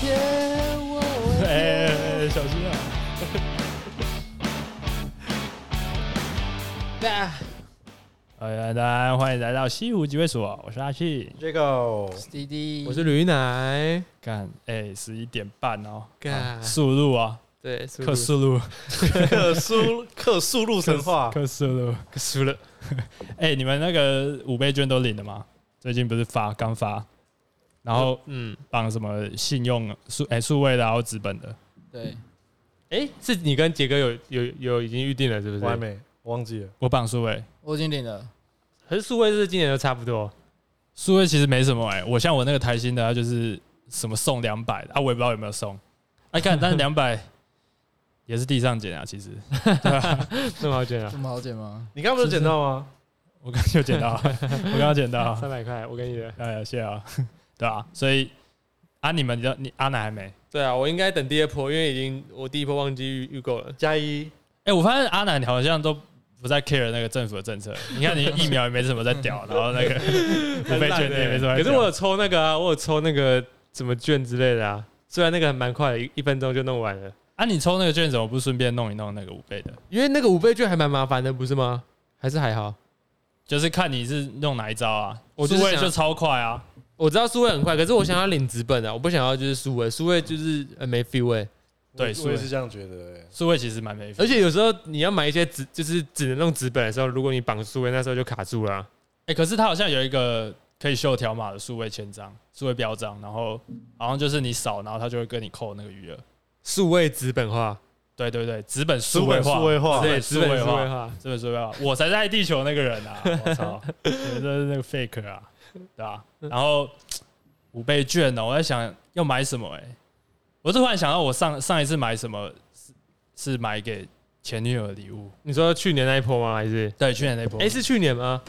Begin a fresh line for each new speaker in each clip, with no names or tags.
天我
哎，小心啊！
哎
呃，大家欢迎来到西湖集会所，我是阿信。
这个，
滴滴，
我是驴奶，
干，哎，十一点半哦，
干
速录啊，
对，克
克速录，
克苏克苏路神话，
克速录。
克苏了，
哎，你们那个五倍券都领了吗？最近不是发刚发，然后
嗯，
绑什么信用数哎数位的，然后资本的，
对，
哎、是你跟杰哥有有有已经预定了，是不
我还
是？
没我忘记了，
我绑数位。
我已经领了，
可是数位是今年都差不多，
数位其实没什么哎、我像我那个台新的，它就是什么送两百的啊，我也不知道有没有送。哎、看，但是两百 也是地上捡啊，其实
那么好卷啊
这，么好捡吗？
你刚不是捡到吗？
我刚就捡到，啊 我刚刚捡到，啊
三百块，我给你的。
哎，谢谢啊， 对啊，所以啊，你们的你阿奶还没？
对啊，我应该等第二波，因为已经我第一波忘记预预购了。
加一，
哎、我发现阿奶好像都不再 care 那个政府的政策，你看你疫苗也没什么在屌，然后那 个不被确定也没什么在屌，
可是我有抽那个啊，我有抽那个什么券之类的啊，虽然那个还蛮快的，一一分钟就弄完了。
啊，你抽那个券怎么不顺便弄一弄那个五倍的？
因为那个五倍券还蛮麻烦的，不是吗？还是还好？就是
是看你是用哪一招啊？
我就是
数位
想
就超快啊，
我知道数位很快，可是我想要领纸本啊，我不想要就是数位，数位就是呃没 feel 哎、
对
我我也是这样觉得，哎
数位其实蛮没。
而且有时候你要买一些纸，就是只能弄纸本的时候，如果你绑数位，那时候就卡住了啊、
哎、可是它好像有一个可以秀条码的数位签章、数位标章，然后好像就是你扫，然后它就会跟你扣那个余额。
数位纸本化，
对对对，纸本数位
书本
化，
数位化
纸本
对，
数
纸本
位
哦数位
化，
化，
纸本数位化，我才是爱地球那个人 啊！我操，你们这是那个 fake 啊，对吧、然后五倍券哦呢、我在想要买什么、欸？哎，我突然想到我上上一次买什么是是买给前女友的礼物，
你说去年那一波吗？还是？
对，去年那波，
哎、是去年吗？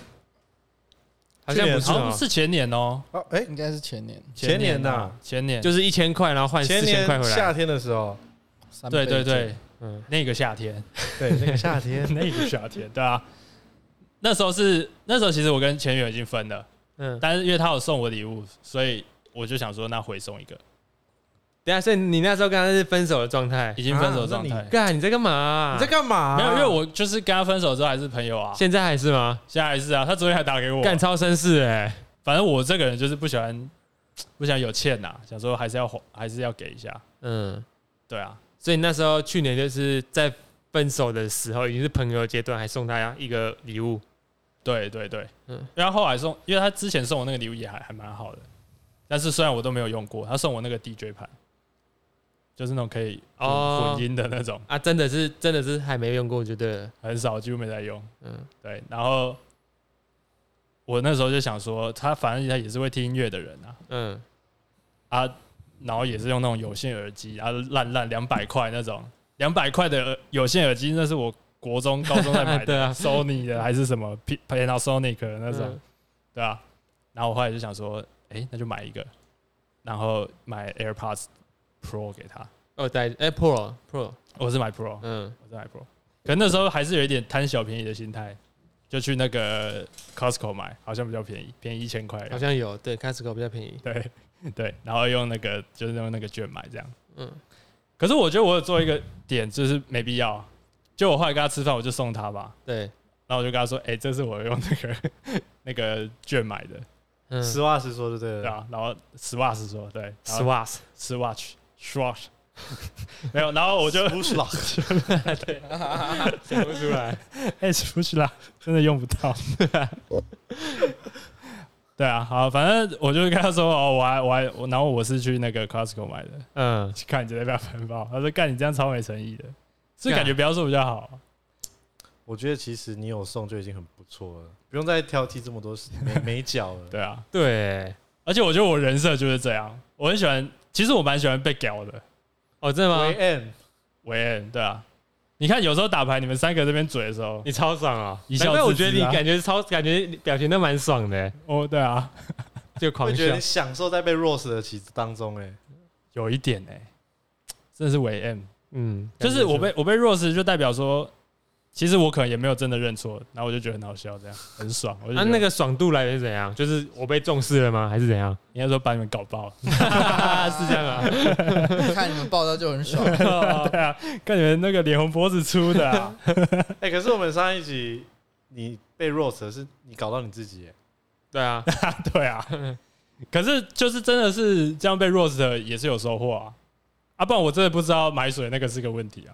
好像不是
好像
哦，
是前年哦、
哦，哎，
应该是前年
前年
呐、
呐，
前年
啊就是一千块，然后换
前
啊四千
年
块回来。
夏天的时候，
三
对
倍
对
券
对，，
嗯，
那个夏 天，，
对，那个夏天
那个夏天，对啊。那时候是那时候，其实我跟前女友已经分了，
嗯，
但是因为她有送我礼物，所以我就想说，那回送一个。
等一下，所以你那时候跟他是分手的状态
已。经分手状态、
啊
干，你在干嘛啊、
你在干嘛？
没有，因为我就是跟她分手之后还是朋友啊，
现在还是吗？
现在还是啊。她昨天还打给我，
干超绅士哎、
反正我这个人就是不喜欢不喜欢有欠呐、啊想说还是要还还是要给一下，
嗯，
对啊，
所以那时候去年就是在分手的时候，已经是朋友阶段，还送他一个礼物。
对对对，嗯
嗯。
然后后来送，因为她之前送我那个礼物也还还蛮好的，但是虽然我都没有用过，她送我那个 DJ 盘，就是那种可以混
哦
混音的那种。
啊，真的是，真的是还没用过就对了。
很少，几乎没在用。
嗯，
对，然后我那时候就想说，他反正他也是会听音乐的人啊，
嗯，
啊，然后也是用那种有线耳机，啊，烂烂两百块那种，两百块的耳有线耳机，那是我国中、高中在买
对
的、
啊
s o n y 的还是什么 P- Panasonic 的那种，
嗯
对啊。然后我后来就想说，诶，那就买一个，然后买 AirPods Pro 给他，
哦，对，哎，Pro Pro，
我是买 Pro，
嗯，
我是 Pro，可那时候还是有一点贪小便宜的心态，就去那个 Costco 买，好像比较便宜，便宜一千块。
好像有，对，Costco 比较便宜。
对对，然后用那个就是用那个券买这样。
嗯，
可是我觉得我有做一个点，就是没必要。就我后来跟他吃饭，我就送他吧，
对，
然后我就跟他说：“哎、这是我用那个 那个券买的，
嗯
实话实说，就对
对
了。
啊。”然后 Swatch 说：“对
Swatch，
，Swatch Swatch 没有。”然后我就
不是啦，
讲不出来。
哎，不是啦，真的用不到。 对啊，好，反正我就跟他说，哦，我还我还，我然后我是去那个 Costco 买的，
嗯，
去看你在那边喷爆。他说，干你这样超没诚意的，所以
干
感觉不要说比较好。
我觉得其实你有送就已经很不错了，不用再挑剔这么多美美角了。
对啊，
对，
而且我觉得我人设就是这样，我很喜欢，其实我蛮喜欢被屌的。
哦，真的
为
哎
吗？
N，
喂，对啊，你看有时候打牌你们三个这边嘴的时候，
你超爽啊！
一
难
笑
怪我
置之
觉得你
啊
感觉超，感觉你表情都蛮爽的，
哦，对啊，
就
会
狂
觉
笑
得你。享受在被 Rose 的棋子当中，哎，
有一点哎、真的是喂 M。
嗯，
就是我被我被 Rose 就代表说，其实我可能也没有真的认错，然后我就觉得很好笑，这样很爽。我就
啊那、
觉得
那个爽度来源是怎样？就是我被重视了吗？还是 怎样？
应该说把你们搞爆了，
是这样啊？
看你们报道就很爽。
对啊，看你们那个脸红脖子粗的、啊，
哎、可是我们上一集你被 roast 的是你搞到你自己耶，欸
对啊，
对啊。可是就是真的是这样被 roast 的也是有收获啊，啊，不然我真的不知道买水那个是个问题啊。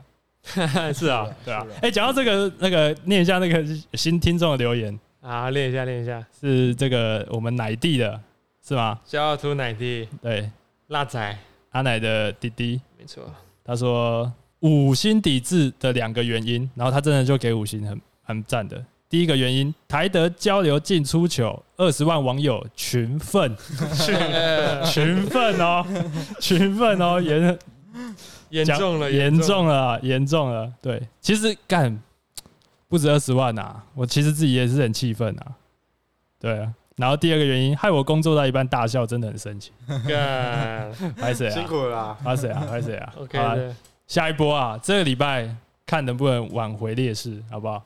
是啊，
是
对啊
啊，
哎，讲到这个，那个念一下那个新听众的留言，
啊，练一下，练一下。
是这个我们奶弟的，是吗？
骄傲涂奶弟，
对，
辣仔，
阿奶的弟弟，
没错。
他说五星抵制的两个原因，然后他真的就给五星很很赞的。第一个原因，台德交流进出球，二十万网友群 愤，群愤哦， 群愤哦，严
严
讲
重了，
严 重了啊，严重了。对，其实干不止二十万啊，我其实自己也是很气愤啊。对啊，然后第二个原因，害我工作到一半大笑，真的很生气。
干
拍谁
辛
啊？
苦了啦。
拍谁啊？拍谁啊
OK
好啊
的，
下一波啊，这个礼拜看能不能挽回劣势，好不好？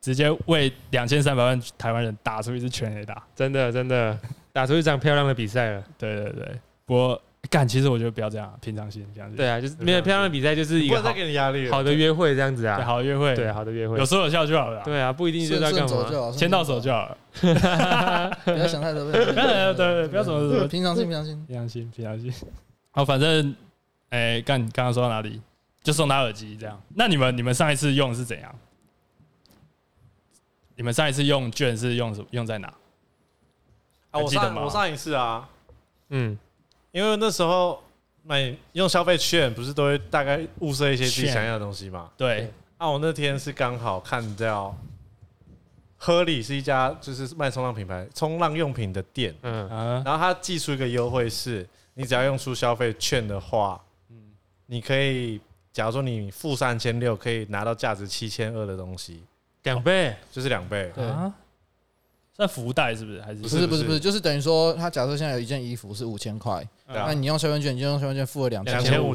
直接为两千三百万台湾人打出一支全垒打。
真的真的打出一场漂亮的比赛了。
对对对，不过干，其实我觉得不要这样啊，平常心这样子。
对啊，就是没有漂亮的比赛，就是一
不
个
能再
好
给你压力了。
好的约会这样子
对，
啊。
好约会，
对啊，好的约会
有。说有笑就好了啊，
对啊，不啊一定就是要
顺
干
走就
嘛。
好，
牵到手就
好，
好了。
不要想太多，不要想太 多
对对对不要什么什么
平常心，平常心。
平常心，平常心。好，反正哎，干，刚刚说到哪里？就送他耳机这样。那你们你们上一次用是怎样？你们上一次用券是用什么？用在哪？
啊，
还
我
记得
上
吗
我上一次啊，
嗯，
因为那时候买用消费券不是都会大概物色一些自己
券
想要的东西嘛。
对，
啊，我那天是刚好看到，合理是一家就是卖冲浪品牌、冲浪用品的店，
嗯，
啊，
然后它寄出一个优惠是，你只要用出消费券的话，你可以，假如说你付三千六，可以拿到价值七千二的东西，
两倍
就是两倍。
对
啊，算福袋是不是？还
不
是
不
是不是
是不是
不是，就是等于说，他假设现在有一件衣服是五千块，
对啊
那你用消费券，你就用消费券付了两
2500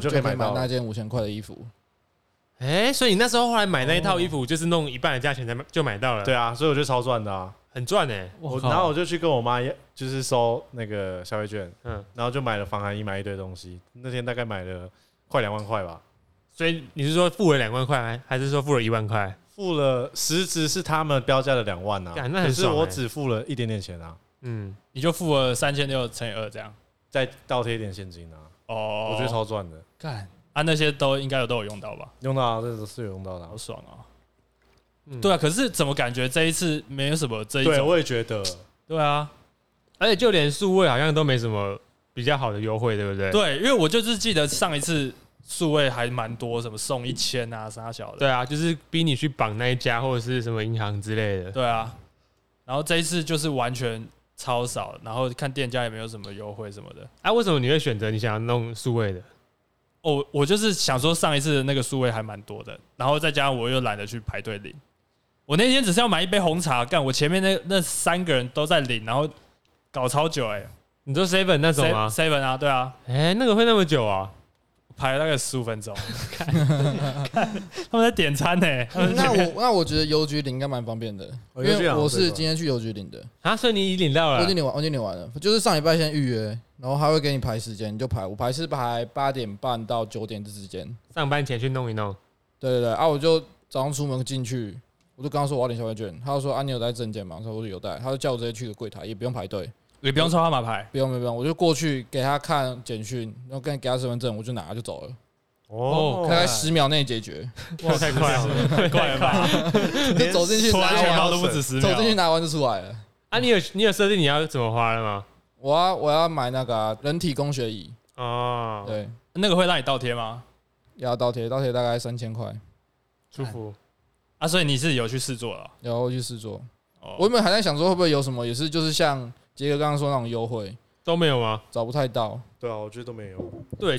就
就
可
可
以
以买
买
到了
那件五千块的衣服。
哎、所以你那时候后来买那一套衣服，就是弄一半的价钱才买就买到了，
对，啊，所以我觉得超赚的啊！
很赚哎、
我
靠
然后我就去跟我妈要，就是收那个消费券，
嗯，
然后就买了防寒衣，买一堆东西。那天大概买了快两万块吧，
所以你是说付了两万块，还还是说付了一万块？
付了实质是他们标价的两万啊，
干那很
可是
爽
我
欸
只付了一点点钱啊，
嗯，
你就付了三千六乘以二这样？
再倒贴一点现金啊，
哦
我觉得超赚的，
干啊，那些都应该有都有用到吧？
用到啊，这是有用到的啊
好。爽哦。
嗯
对啊，可是怎么感觉这一次没有什么这一
对，
种？
我也觉得，
对啊，
而且就连数位好像都没什么比较好的优惠，对不对？
对，因为我就是记得上一次数位还蛮多，什么送一千啊，啥小的。
对啊，就是逼你去绑那一家或者是什么银行之类的。
对啊，然后这一次就是完全超少，然后看店家也没有什么优惠什么的。
啊，为什么你会选择你想要弄数位的？
哦，我就是想说上一次的那个数位还蛮多的，然后再加上我又懒得去排队领。我那天只是要买一杯红茶，干我前面那那三个人都在领，然后搞超久哎、
你说 seven 那种吗？
seven 啊，对啊，
哎、那个会那么久啊？
排了大概十五分钟， 看他们在点餐欸呢、他们
那我那我觉得邮局领应该蛮方便的，因
哦邮局
为
好像
我
最
是
爽
今天去邮局领的，
啊，所以你已领到
我
了
已经领完，我已经领完了，就是上礼拜先预约，然后还会给你排时间，你就排，我排是排八点半到九点这之间。
上班前去弄一弄。
对对对，啊，我就早上出门进去，我就刚刚说我要领消费券，他就说啊你有带证件吗？我说我说有带，他就叫我直接去个柜台，也不用排队，
也不用抽号码 牌，
不用不用不用，我就过去给他看简讯，然后跟给他身份证，我就拿就走了，
哦
大概十秒内解决，
哇，太快了！
太快了 吧？
就走进去
拖
拿
安
完
全
完，
帽都不止十
走
秒，
进去拿完就出来了。
啊，你有你有设定你要怎么花了吗？
我要我要买那个啊、人体工学椅，
哦，
对，
那个会让你倒贴吗？
要倒贴，倒贴大概三千块，
舒服。
啊，所以你是有去试做了
然后去试做。
哦，
我原本还在想说会不会有什么，也是就是像杰哥刚刚说那种优惠，
都没有吗？
找不太到。
对啊，我觉得都没有，
对，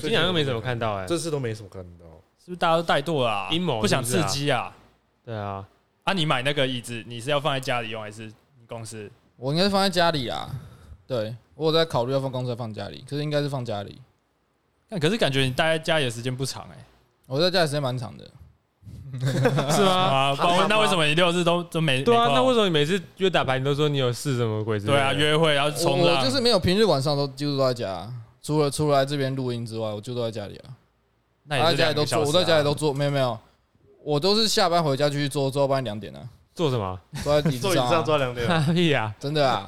最
今
近
天好像没怎么看到哎、
这次都没什么看到。
是不是大家都怠惰了啊？
阴谋
不想
是
刺
不是啊
激啊？
对啊，
啊，你买那个椅子，你是要放在家里用还是你公司？
我应该是放在家里啊，对我有在考虑要放公司还是放家里，可是应该是放家里。
但可是感觉你待在家里的时间不长哎、
我在家里时间蛮长的，
是吗？
啊，不然那为什么你六日都都没？
对啊，
没空
那为什么你每次约打牌，你都说你有事什么鬼之类
对
的？
啊，约会然后
我
冲
我
浪，
就是没有平日晚上都几乎都在家，除了除了来这边录音之外，我就都在家里啊。
那
我
也
在
是
家里
两
都做，
个小时啊
我在家里都做，没有没有，我都是下班回家去做，做到半夜两点啊，
做什么？
坐在椅
坐
子
椅子上
上啊、
坐两点，
屁呀！
真的啊，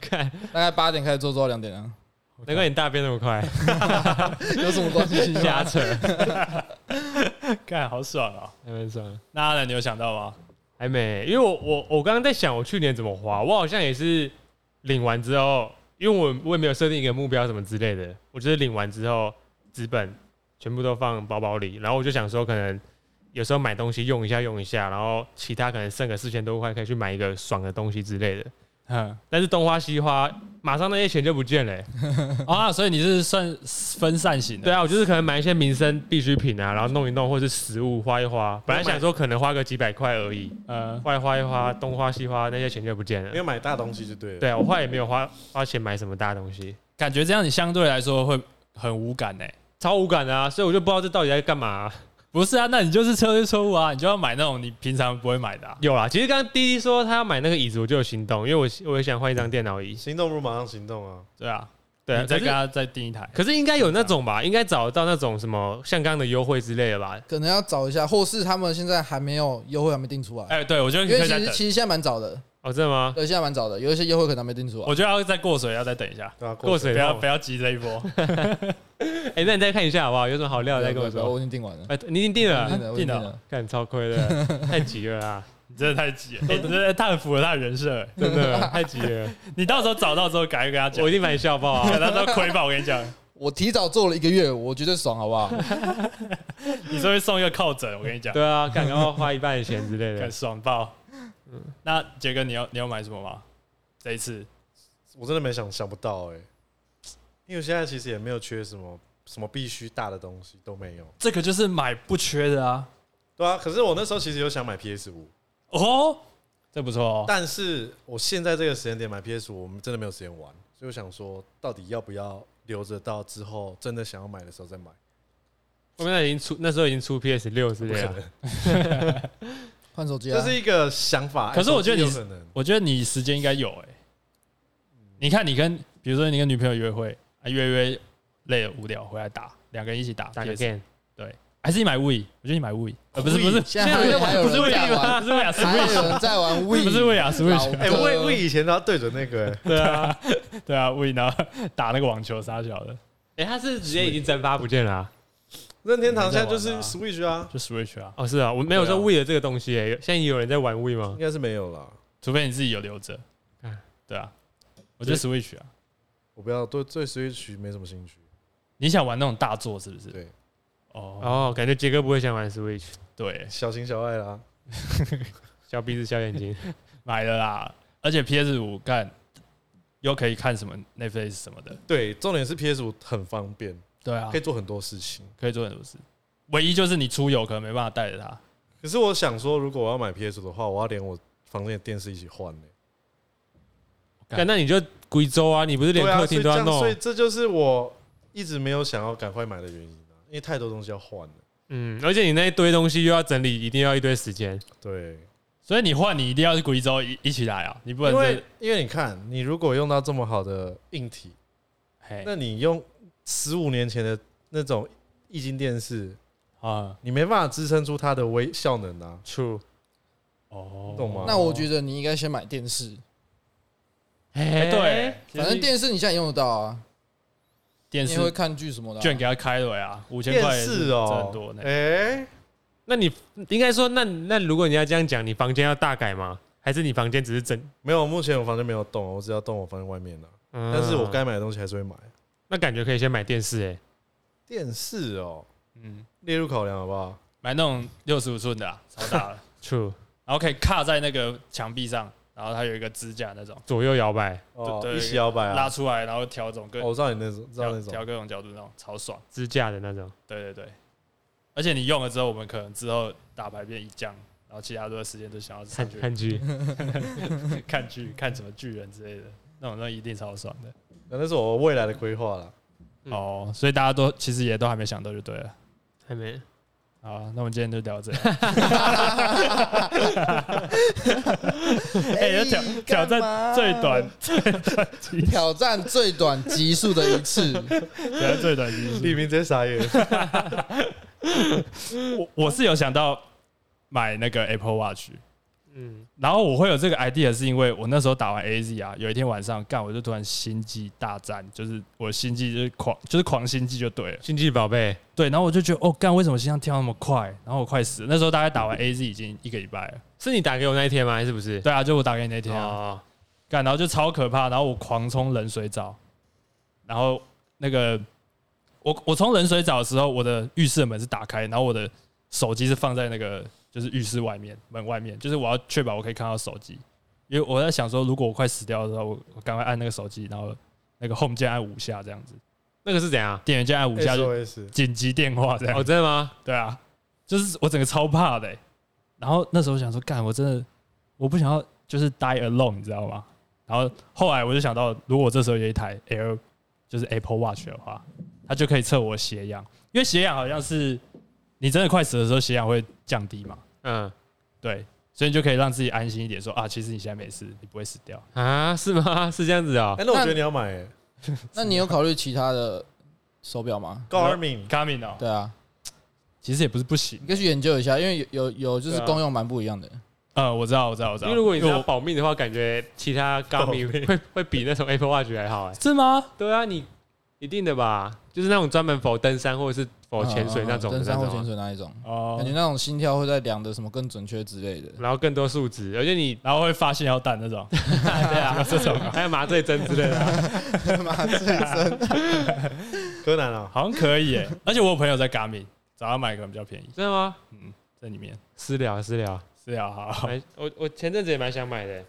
看，
大概八点开始做，做到两点啊，
难怪你大便那么快，
有什么关系？
瞎扯，
干好爽哦。
那边算了。
那阿仁，你有想到吗？
还没，因为我我我刚刚在想，我去年怎么花，我好像也是领完之后，因为我我也没有设定一个目标什么之类的，我就是领完之后，资本全部都放包包里，然后我就想说，可能有时候买东西用一下用一下，然后其他可能剩个四千多块，可以去买一个爽的东西之类的。
嗯
但是东花西花，马上那些钱就不见了欸、
啊，所以你是算分散型的，
对啊，我就是可能买一些民生必需品啊，然后弄一弄，或是食物花一花。本来想说可能花个几百块而已，
嗯，
花一花一花，东花西花，那些钱就不见了
没。有买大东西就对了。
对啊，我后来也没有花花钱买什么大东西，
感觉这样你相对来说会很无感呢。
超无感的啊，所以我就不知道这到底在干嘛啊、
不是啊，那你就是车是错误啊，你就要买那种你平常不会买的啊。
有啦，其实刚刚滴滴说他要买那个椅子，我就有心动，因为我我也想换一张电脑椅。
行动不如马上行动啊！
对啊，
对啊
你，再
可
跟
是
他再订一台。
可是应该有那种吧，应该找得到那种什么像刚刚的优惠之类的吧？
可能要找一下，或是他们现在还没有优惠，还没定出来。
哎，对，我觉得
因
可
为
以
其
再
实
等，
其实现在蛮早的，
哦，真的吗？
对，现在蛮早的，有一些优惠可能还没定出来。
我觉得要再过水，要再等一下，
对啊，
过
水
水
不要
泡
不，要急这一波。
哎、那你再看一下好不好？有什么好料的再跟我
不要不要
说。
啊我已经订完了，
哎、你已经定
我已经
了，哦
订了，我已经
订了
订了。
干超亏的，太急了啊，
你真的太急了，哎你真的太符合他的人设了。
真的太急了，
你到时候找到之后，赶快跟他讲
我一，定把你笑爆啊！
可能都亏爆。我跟你讲，
我提早做了一个月，我绝对爽，好不好？
你说会送一个靠枕，我跟你讲，
对啊，干，然后花一半的钱之类
很
的。
爽爆。那杰哥，你要你要买什么吗？这一次
我真的没想想不到哎、因为我现在其实也没有缺什么什么必须大的东西都没有。
这个就是买不缺的啊。
对啊，可是我那时候其实有想买 PS 五，
哦，这不错哦。
但是我现在这个时间点买 PS 五，我们真的没有时间玩，所以我想说，到底要不要留着到之后真的想要买的时候再买？
我们那已经出那时候已经出 PS 六之
不
类
可
的，
能，
换手机
这
啊！
是一个想法。哎
可是我觉得你
有可能，
我觉得你时间应该有哎、你看，你跟比如说你跟女朋友约会，啊约约累了无聊回来打，两个人一起打
打个
PS
game。
还是你买 We？我觉得你买 We，呃不是不是，
现在还
在
还有
玩不是
人
We
在
吗？
玩
不是 We 啊
还有人在玩
，Switch，
Wii，
不是 We 啊
老
Switch，
哎、
哥
我我以前都要对准那个、欸，
对啊，
对啊 We，然后打那个网球杀小的，
哎，他是直接已经蒸发不见了啊。
任天堂现在就
你
是
在玩啊
Switch 啊，
就 Switch 啊，
哦，是啊，我没有说
对啊
We 的这个东西欸，现在有人在玩 We 吗
应？该是没有啦。
除非你自己有留着
嗯，
对啊，我觉得 Switch 啊，
我不要对对 Switch 没什么兴趣。
你想玩那种大作是不是？
对，
哦，
哦，感觉杰哥不会想玩 Switch，
对，
小情小爱啦，
小鼻子小眼睛，
买了啦，而且 PS 五干又可以看什么 Netflix 什么的，
对，重点是 PS 五很方便，
对啊
可以，做很多事情。
可以做很多事。唯一就是你出游可能没办法带着它，
可是我想说，如果我要买 PS 五的话，我要连我房间的电视一起换呢、
干
干那你就贵州啊，你不是连
对啊，所
客
以
厅
这
都要
样，所以
弄？
这就是我一直没有想要赶快买的原因啊，因为太多东西要换了。
嗯，而且你那一堆东西又要整理，一定要一堆时间。
对，
所以你换你一定要去贵州一一起来啊，你不
因
能
为
是
因为你看，你如果用到这么好的硬体，
嘿
那你用十五年前的那种液晶电视，
啊
你没办法支撑出它的微效能啊。
True，
哦
懂吗
那我觉得你应该先买电视，
哎
哎对，，
反正电视你现在也用得到啊，
电
你也会
视
看剧什么的啊。
券给他开了呀，五千
电
块也是
视
真
哦
很多，呢。
哎，
那你应该说，那那如果你要这样讲，你房间要大改吗？还是你房间只是整？
没有，目前我房间没有动，我只要动我房间外面啊的、
嗯
但是我该买的东西还是会买。
那感觉可以先买电视哎，
电视哦，
嗯，
列入考量好不好？
买那种六十五寸的啊，超大 的，
True，
然后可以卡在那个墙壁上，然后它有一个支架那种，
左右摇摆
哦，
对
一起摇摆
拉
啊！
出来，然后调整各
哦，我知道你那种，知道
调
那种
调各种角度那种，超爽。
支架的那种。
对对对，而且你用了之后，我们可能之后打牌变一将，然后其他的时间都想要
看
上去
看剧，
看剧、看什么巨人之类的，那种那一定超爽的。
那那是我未来的规划啦。
嗯
哦，所以大家都其实也都还没想到就对了。
还没。
好，那我们今天就聊到这里。哎要挑 挑战最短，最短集数，
挑战最短集数的一次，
挑战最短集数。
李明直 接傻眼。
我我是有想到买那个 Apple Watch，
嗯，
然后我会有这个 idea，是因为我那时候打完 AZ 啊，有一天晚上干，我就突然心悸大战，就是我心悸就是狂，就是狂心悸就对了。
星际宝贝，
对，然后我就觉得哦，干为什么心脏跳那么快？然后我快死了。那时候大概打完 AZ 已经一个礼拜了。
是你打给我那一天吗？还是不是？
对啊，就我打给你那天啊，
哦，
干，然后就超可怕，然后我狂冲冷水澡，然后那个我我冲冷水澡的时候，我的浴室的门是打开，然后我的手机是放在那个就是浴室外面门外面，就是我要确保我可以看到手机，因为我在想说，如果我快死掉的时候，我我赶快按那个手机，然后那个 home 键按五下这样子，
那个是怎样？
电源键按五
哎
下就
SOS，
紧急电话这样
哦，。真的吗？
对啊，就是我整个超怕的欸、然后那时候想说，干，我真的我不想要就是 die alone，你知道吗？然后后来我就想到，如果我这时候有一台 Air 就是 Apple Watch 的话，它就可以测我血氧，因为血氧好像是你真的快死的时候血氧会降低嘛，
嗯
对，所以你就可以让自己安心一点说啊，其实你现在没事，你不会死掉。
啊，是吗？是这样子哦
哎，。那我觉得你要买欸
那你有考虑其他的手表吗？
Garmin，
Garmin 哦，
对啊，
其实也不是不行，
你可以去研究一下，因为有有有就是
对啊
功用蛮不一样的。
呃，我知道，我知道，我知
因
道。
为如果你是
因
要
我
保命的话，感觉其他 g a m i 会会比那种 Apple Watch 还好哎。
是吗？
对啊，你一定的吧？就是那种专门否登山或者是否潜水那种的
登嗯
那
山或
种
潜
啊，
水那一种，
哦
感觉，那种心跳会在量的什么更准确之类的。
然后更多数值，而且你
然后会发现要弹那种。
对啊，这种还有麻醉针之类 的啊。
麻醉针，
柯南啊，
好像可以耶、而且我有朋友在 Garmin，找他买可能比较便宜。
真的吗？
嗯，在里面
私聊私聊，
是啊，好
买我我前阵子也蛮想买的，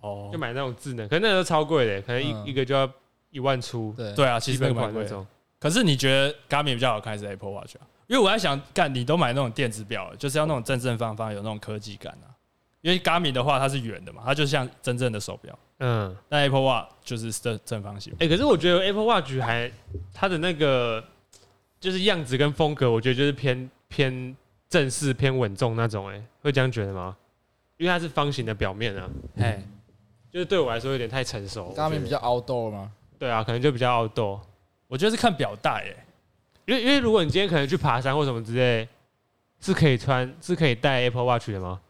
哦
就，买那种智能，可是那时候超贵的，可能
嗯
一一个就要一万出，
对，
对啊，其
基
实那
本
个
款
蛮
那
贵的。
种。
可是你觉得 Garmin 比较好看还是 Apple Watch 啊？因为我在想，干你都买那种电子表了，就是要那种正正方方，有那种科技感啊。因为 Garmin 的话，它是圆的嘛，它就像真正的手表。
嗯，
但 Apple Watch 就是正正方形。
哎，可是我觉得 Apple Watch 还它的那个就是样子跟风格，我觉得就是偏偏正式偏稳重那种，哎，会这样觉得吗？因为它是方形的表面啊，
哎，
就是对我来说有点太成熟。我觉
咖
得
明比较 outdoor 嘛，
对啊，可能就比较傲斗。
我觉得是看表带哎、
因为因为如果你今天可能去爬山或什么之类，是可以穿是可以戴 Apple Watch 的吗？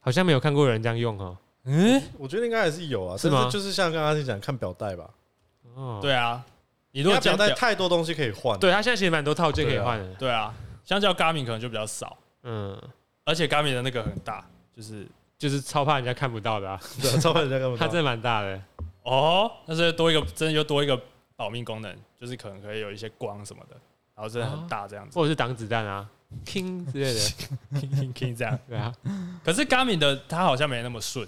好像没有看过有人这样用哦。
嗯，
我觉得应该还是有啊，
是
是
吗
吗？就是像刚刚你讲，看表带吧，
哦，
对啊，你
因
如
为
果
它表
讲
带太多东西可以换。
对，它现在其实蛮多套件可以换的。
对啊，相较 Garmin 可能就比较少，
嗯，
而且 Garmin 的那个很大，就是
就是超怕人家看不到的、啊，
对啊，超怕人家干
它
嘛
真？的蛮大的。
哦，那是多一个，真的就多一个保命功能，就是可能可以有一些光什么的，然后真的很大这样子，
或者是挡子弹啊，King 之类的，
可以这样。
对啊。
可是 Garmin 的它好像没那么顺，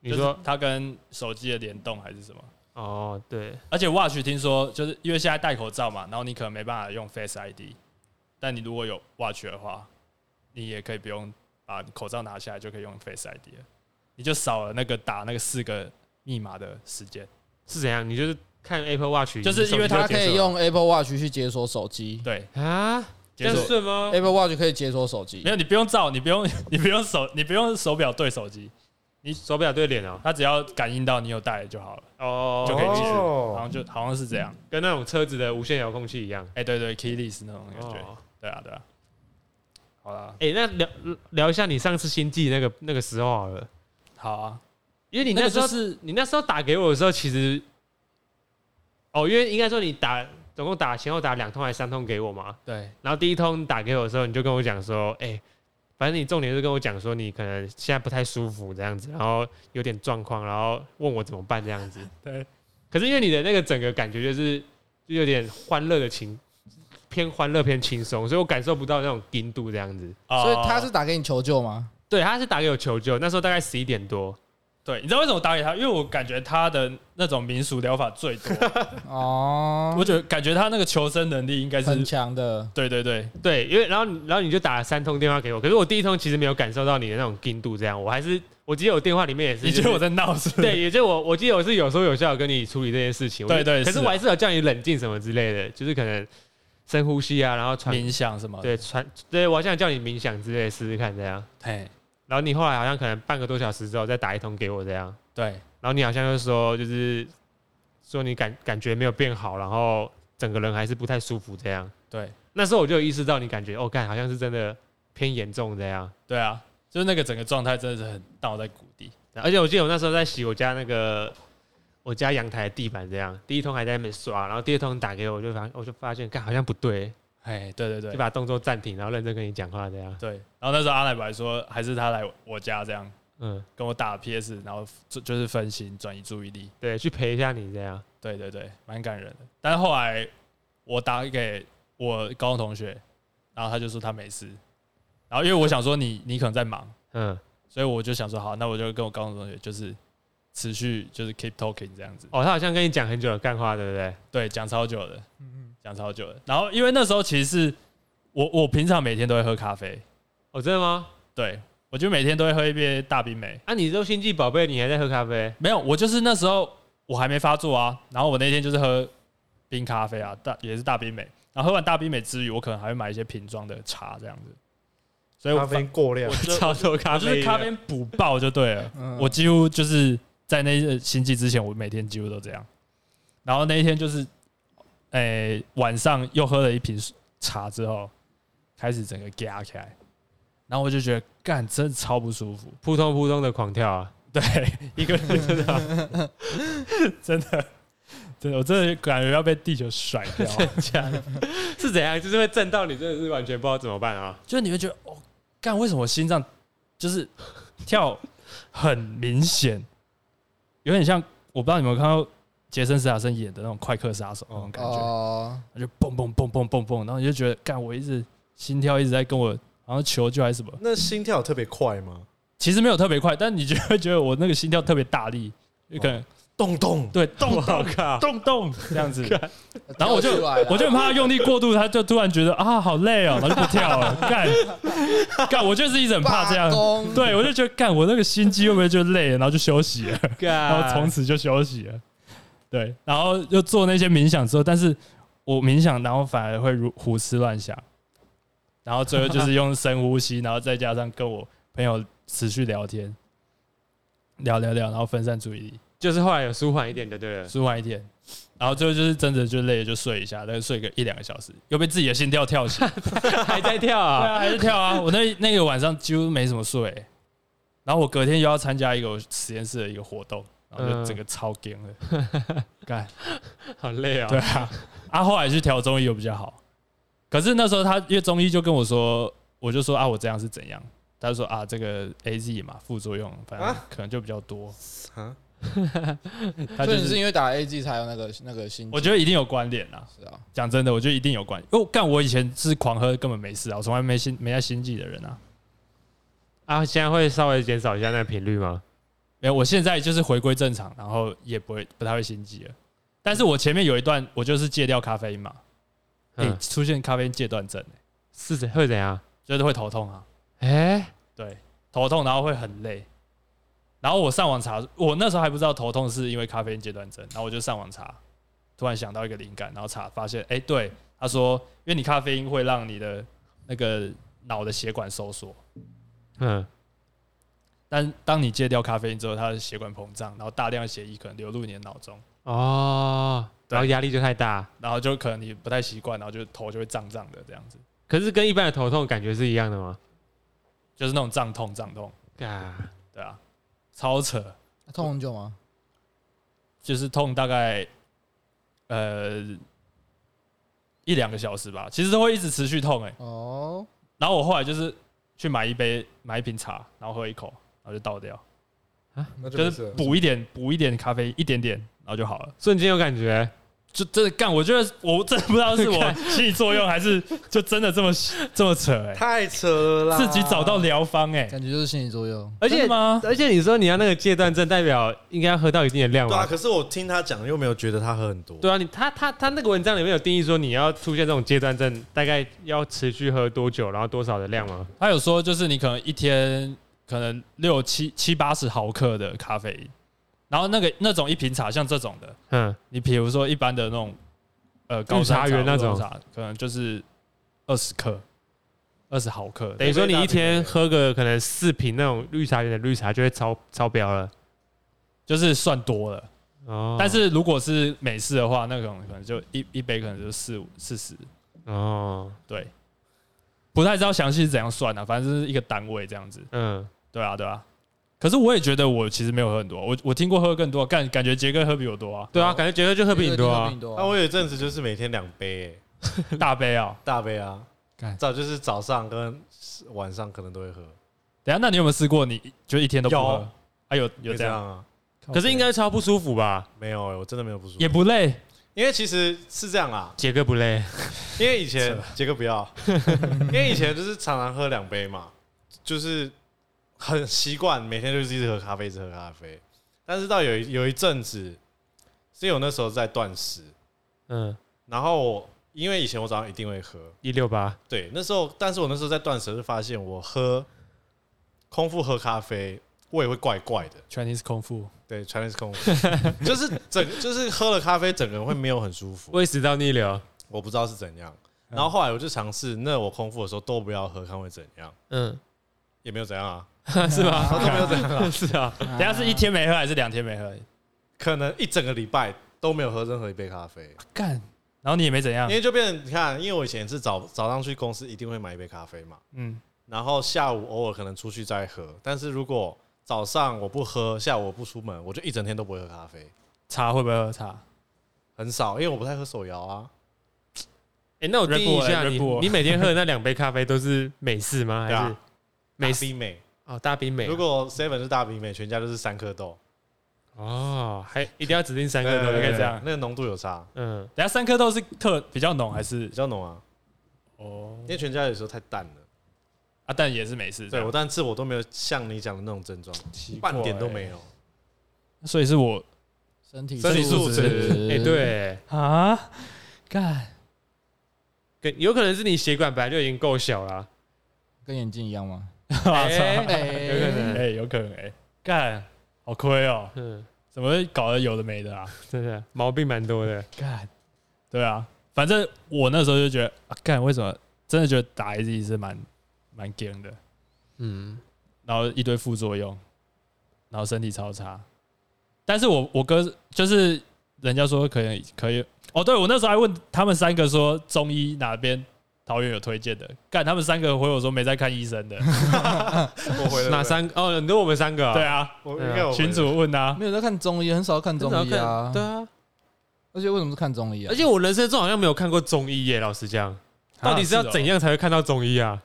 你
就是
说、
它跟手机的联动还是什么？
哦，对，
而且 Watch 听说就是因为现在戴口罩嘛，然后你可能没办法用 Face ID，但你如果有 Watch 的话，你也可以不用把口罩拿下来就可以用 Face ID 了，你就少了那个打那个四个密码的时间。
是怎样？你就是看 Apple Watch，
就是因为它
它可以用 Apple Watch 去解锁手机
对，
啊，
解
这样
锁
顺吗？
哎
，Apple Watch 可以解锁手机
没。有，你不用照，你不用， 你不用手，你不用手表对手机，
手表对脸哦，
它只要感应到你有带就好了，
哦，嗯
就可以继续。
哦
好像就好像是这样。
跟那种车子的无线遥控器一样。
哎，对对，keyless 那种感觉。
哦
对啊，对啊。好啦，
哎、那聊聊一下你上次星际那个那个时候好了，
好啊。
因为你
那
那
个
时
就
候、
是
你那时候打给我的时候，其实哦，因为应该说你打总共打前后打两通还是三通给我嘛，
对
然后第一通打给我的时候，你就跟我讲说，哎、反正你重点是跟我讲说你可能现在不太舒服这样子，然后有点状况，然后问我怎么办这样子。
对，
可是因为你的那个整个感觉就是就有点欢乐的情，偏欢乐偏轻松，所以我感受不到那种硬度这样子。
所以
呃啊
他是打给你求救吗？
对，他是打给我求救，那时候大概十一点多。
对，你知道为什么我打给他？因为我感觉他的那种民俗疗法最 多，
哦，
我觉得感觉他那个求生能力应该
很
是。
强的，
对对对，
对，因为然后你然后你就打了三通电话给我，可是我第一通其实没有感受到你的那种硬度，这样我还是我记得我电话里面也是、
你觉得我在闹是不是？
对，也就我我记得我是有说有笑地跟你处理这件事情，我就
对对
可
是
是
啊
我还是有叫你冷静什么之类的，就是可能深呼吸啊，然后传
冥想什么的，
对传对我好像叫你冥想之类的试试看这样。
嘿，
然后你后来好像可能半个多小时之后再打一通给我这样，
对，
然后你好像就说就是说你感感觉没有变好，然后整个人还是不太舒服这样。
对，
那时候我就有意识到你感觉哦，干好像是真的偏严重这样。
对啊，就是那个整个状态真的是很倒在谷底。
而且我记得我那时候在洗我家那个我家阳台的地板这样，第一通还在那边刷，然后第二通打给我，我就发我就发现干好像不对，
哎，对对对
就，把动作暂停，然后认真跟你讲话这样。
对。然后那时候阿奶本来说，还是他来我家这样
嗯，
跟我打 PS，然后就就是分心转移注意力。
对，去陪一下你这样。
对对对，蛮感人的。但是后来我打给我高中同学，然后他就说他没事。然后因为我想说你你可能在忙，
嗯，
所以我就想说好，那我就跟我高中同学就是持续就是 keep talking 这样子。
哦，他好像跟你讲很久的干话，对不对？
对，讲超久的，讲超久的。然后因为那时候其实是我我平常每天都会喝咖啡，
哦，真的吗？
对我就每天都会喝一杯大冰美。
啊，你都星际宝贝，你还在喝咖啡？
没有，我就是那时候我还没发作啊，然后我那天就是喝冰咖啡啊，大也是大冰美。然后喝完大冰美之余，我可能还会买一些瓶装的茶这样子，所以我
咖啡过量哦
我，就
超多咖
我就
啡
是
因
咖啡补爆就对了。
嗯
我几乎就是在那个星期之前，我每天几乎都这样。然后那一天就是，诶、晚上又喝了一瓶茶之后，开始整个压起来，然后我就觉得干真的超不舒服。
扑通扑通的狂跳啊！
对，一个人就这样，真的，真的，我真的感觉要被地球甩掉。
这样是怎样？就是会震到你，真的是完全不知道怎么办啊！
就是你会觉得，哦，干，为什么我心脏就是跳很明显，有点像我不知道你们有没有看到杰森·斯坦森演的那种快客杀手那种感觉，
哦，
他就蹦蹦蹦蹦蹦蹦，然后你就觉得，干，我一直心跳一直在跟我好像求救还是什么，
那心跳有特别快吗？
其实没有特别快，但你就会觉得我那个心跳特别大力，就可能
咚 咚，
对动
我
动
靠，
动动这样子。然后我就
跳出来了
我就很怕他用力过度，他就突然觉得啊好累哦，然后就不跳了。干干，我就是一直很怕这样
罢。工
对，我就觉得干我那个心肌会不会就累了，然后就休息了， 然后从
干
此就休息了。对，然后又做那些冥想之后，但是我冥想，然后反而会如胡思乱想，然后最后就是用深呼吸，然后再加上跟我朋友持续聊天，聊聊聊，然后分散注意力。
就是后来有舒缓一点就对了。
舒缓一点，然后最后就是真的就累了就睡一下，但是睡个一两个小时，又被自己的心跳跳醒。
还 在跳
对
啊？
啊，还是跳啊！我那那个晚上几乎没怎么睡、然后我隔天又要参加一个我实验室的一个活动，然后就
嗯
整个超干了，干、
好累啊！
对啊。啊，后来去调中医又比较好，可是那时候他因为中医就跟我说，我就说啊，我这样是怎样？他就说啊，这个 A Z 嘛，副作用反正
啊
可能就比较多。
啊，
他
所
就
以你是
是
因为打 AG 才有那个那个心，
我觉得一定有关联啦。
嗯是啊，
讲真的，我觉得一定有关。因为干我以前是狂喝，根本没事啊，我从来没心没在心悸的人啊。
啊，现在会稍微减少一下那个频率吗？
没有，我现在就是回归正常，然后也不会不太会心悸了。但是我前面有一段，我就是戒掉咖啡因嘛，哎、
嗯，
出现咖啡因戒断症、欸，
是怎会怎样？
就是会头痛啊，
哎，
对，头痛，然后会很累。然后我上网查，我那时候还不知道头痛是因为咖啡因戒断症，然后我就上网查，突然想到一个灵感，然后查发现，哎、对，他说，因为你咖啡因会让你的那个脑的血管收缩，
嗯，
但当你戒掉咖啡因之后，它的血管膨胀，然后大量的血液可能流入你的脑中，
哦，然后压力就太大，
然后就可能你不太习惯，然后就头就会胀胀的这样子，
可是跟一般的头痛感觉是一样的吗？
就是那种胀痛胀痛，
啊，
对啊，超扯，
痛很久吗？
就是痛大概呃一两个小时吧，其实都会一直持续痛哎、
哦，
然后我后来就是去买一杯买一瓶茶，然后喝一口，然后就倒掉，
那就
就
没
是
事
补一点补一点咖啡一点点，然后就好了。
瞬间有感觉，
就真的干，我觉得我真的不知道是 我心理作用还是就真的这么这么扯哎、
太扯了啦，
自己找到疗方哎、
感觉就是心理作用。
而且
真的吗？
而且你说你要那个戒断症，代表应该要喝到一定的量
对啊，
吧？
可是我听他讲又没有觉得他喝很多，
对啊，你他他他那个文章里面有定义说你要出现这种戒断症，大概要持续喝多久，然后多少的量吗？
他有说，就是你可能一天可能六七七八十毫克的咖啡因，然后那个那种一瓶茶，像这种的，
嗯，
你比如说一般的那种呃高山
茶园那种
乌龙茶，可能就是二十克，二十毫克。
等于说你一
对
天喝个可能四瓶那种绿茶园的绿茶就会超超标了。
就是算多了，
哦，
但是如果是美式的话，那种可能就一一杯可能就四五四十，
哦，
对，不太知道详细是怎样算的、反正就是一个单位这样子。
嗯，
对啊，对啊。可是我也觉得我其实没有喝很多，我我听过喝更多，感感觉杰哥喝比我多啊，
对啊，感觉杰哥就喝比你多
喝比
啊
你。多
那我有一阵子就是每天两杯、欸，
大杯啊。
大杯啊
干，
早就是早上跟晚上可能都会喝，
等一下，那你有没有试过你就一天都不喝
有？
啊，有有这
会这
样，
样啊？
可是应该超不舒服吧？
没有、欸，我真的没有不舒服
也，不累，
因为其实是这样啊，
杰哥不累，
因为 以
啊
前杰哥不要，因为以前就是常常喝两杯嘛，就是很习惯每天就是一直喝咖啡，一直喝咖啡。但是到有一有一阵子，是有那时候在断食，
嗯，
然后我因为以前我早上一定会喝，
一六八，
对，那时候但是我那时候在断食就发现我喝空腹喝咖啡，我也会怪怪的。
Chinese 空腹，
对，Chinese 空腹， 就是整就是喝了咖啡，整个人会没有很舒服，
胃食道 逆流，
我不知道是怎样。然后后来我就尝试，那我空腹的时候都不要喝，看会怎样，
嗯，
也没有怎样啊，
是 吧？
都没有怎样啊，
是啊，
等一下是一天没喝还是两天没喝？
可能一整个礼拜都没有喝任何一杯咖啡，
干，然后你也没怎样
因，为就变成你看，因为我以前是早早上去公司一定会买一杯咖啡嘛，
嗯，
然后下午偶尔可能出去再喝，但是如果早上我不喝，下午我不出门，我就一整天都不会喝咖啡，
茶会不会喝茶？
很少，因为我不太喝手摇啊，
哎，那我定义一下，
Red Bull 欸
你
Red Bull
你每天喝的那两杯咖啡都是美式吗？
对
还是
啊
美
大
式？
冰美，
哦，大冰美啊。
如果 seven 是大冰美，全家都是三颗豆。
哦，还一定要指定三个
对
都
对
可以
对
这样。
那个浓度有差，
嗯，
等一下三颗豆是特比较浓还是
比较浓啊，
哦
因为全家有时候太淡了。
啊？但也是没
嗯
事，
对我，但是我都没有像你讲的那种症状，半点
欸
都没有。
有，所以是我
身体
身体素质
哎，，对，
啊， 干，
跟有可能是你血管本来就已经够小了，啊
跟眼镜一样吗？
哎有
哎，
可能，
哎，有可能哎，干，好亏哦，
嗯，
怎么会搞得有的没的啊？
真的毛病蛮多的。
干，对啊，反正我那时候就觉得啊，干为什么真的觉得打 AZ 是蛮蛮 g 的，
嗯，
然后一堆副作用，然后身体超差。但是我我哥就是人家说可以可以哦，对我那时候还问他们三个说中医哪边桃园有推荐的，干他们三个回我说没在看医生的，
我回了
哪？三个？哦，你说我们三个啊？
对啊，
我应该有回了
群主问啊，
没有在看中医，很少看中
真的要看，
医啊。
对啊。
而且为什么是看中医啊？
而且我人生中好像没有看过中医耶，老实讲，到底是要怎
样？
样才会看到中医啊？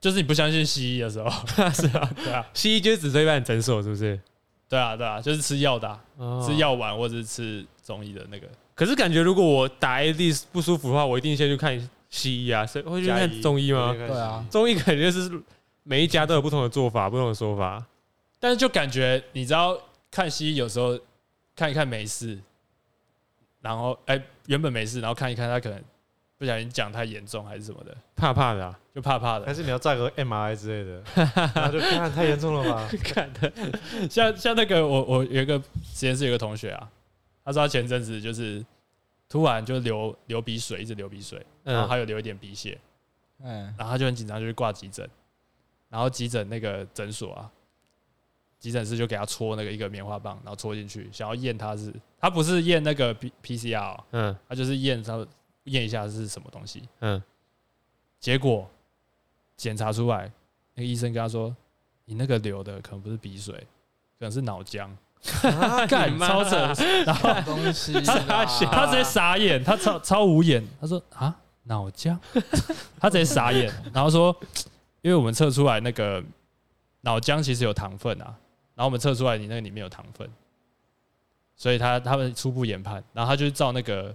就是你不相信西医的时候，
是啊，
对啊，
西医就是只对半诊所，是不是？
对啊，对啊，就是吃药的啊、吃
是要。
药丸或者是吃中医的那个。
可是感觉如果我打 AD 不舒服的话，我一定先去看西医啊，所以会去
加
看
一
中医吗？？
对啊，
中医感觉就是每一家都有不同的做法，不同的说法。
但是就感觉你知道看西医有时候看一看没事，然后哎、原本没事，然后看一看他可能不小心讲太严重还是什么的，
怕怕的、啊，
就怕怕
还
的。
是你要照个 MRI 之类的？那就看太严重了吧？
看的
像像那个我我有一个实验室有个同学啊，他说他前阵子就是突然就流流鼻水，一直流鼻水，然后
嗯
还有流一点鼻血，
嗯，
然后他就很紧张，就去挂急诊，然后急诊那个诊所啊，急诊室就给他戳那个一个棉花棒，然后戳进去，想要验他是他不是验那个 P P C R，、哦、
嗯
他就是验他验一下是什么东西，
嗯，
结果检查出来，那个医生跟他说，你那个流的可能不是鼻水，可能是脑浆， 干超扯，然后
看东西 啊，
他直接傻眼，他超超无眼，他说啊脑浆， 他直接傻眼，然后说，因为我们测出来那个脑浆其实有糖分啊，然后我们测出来你那个里面有糖分，所以他他们初步研判，然后他就照那个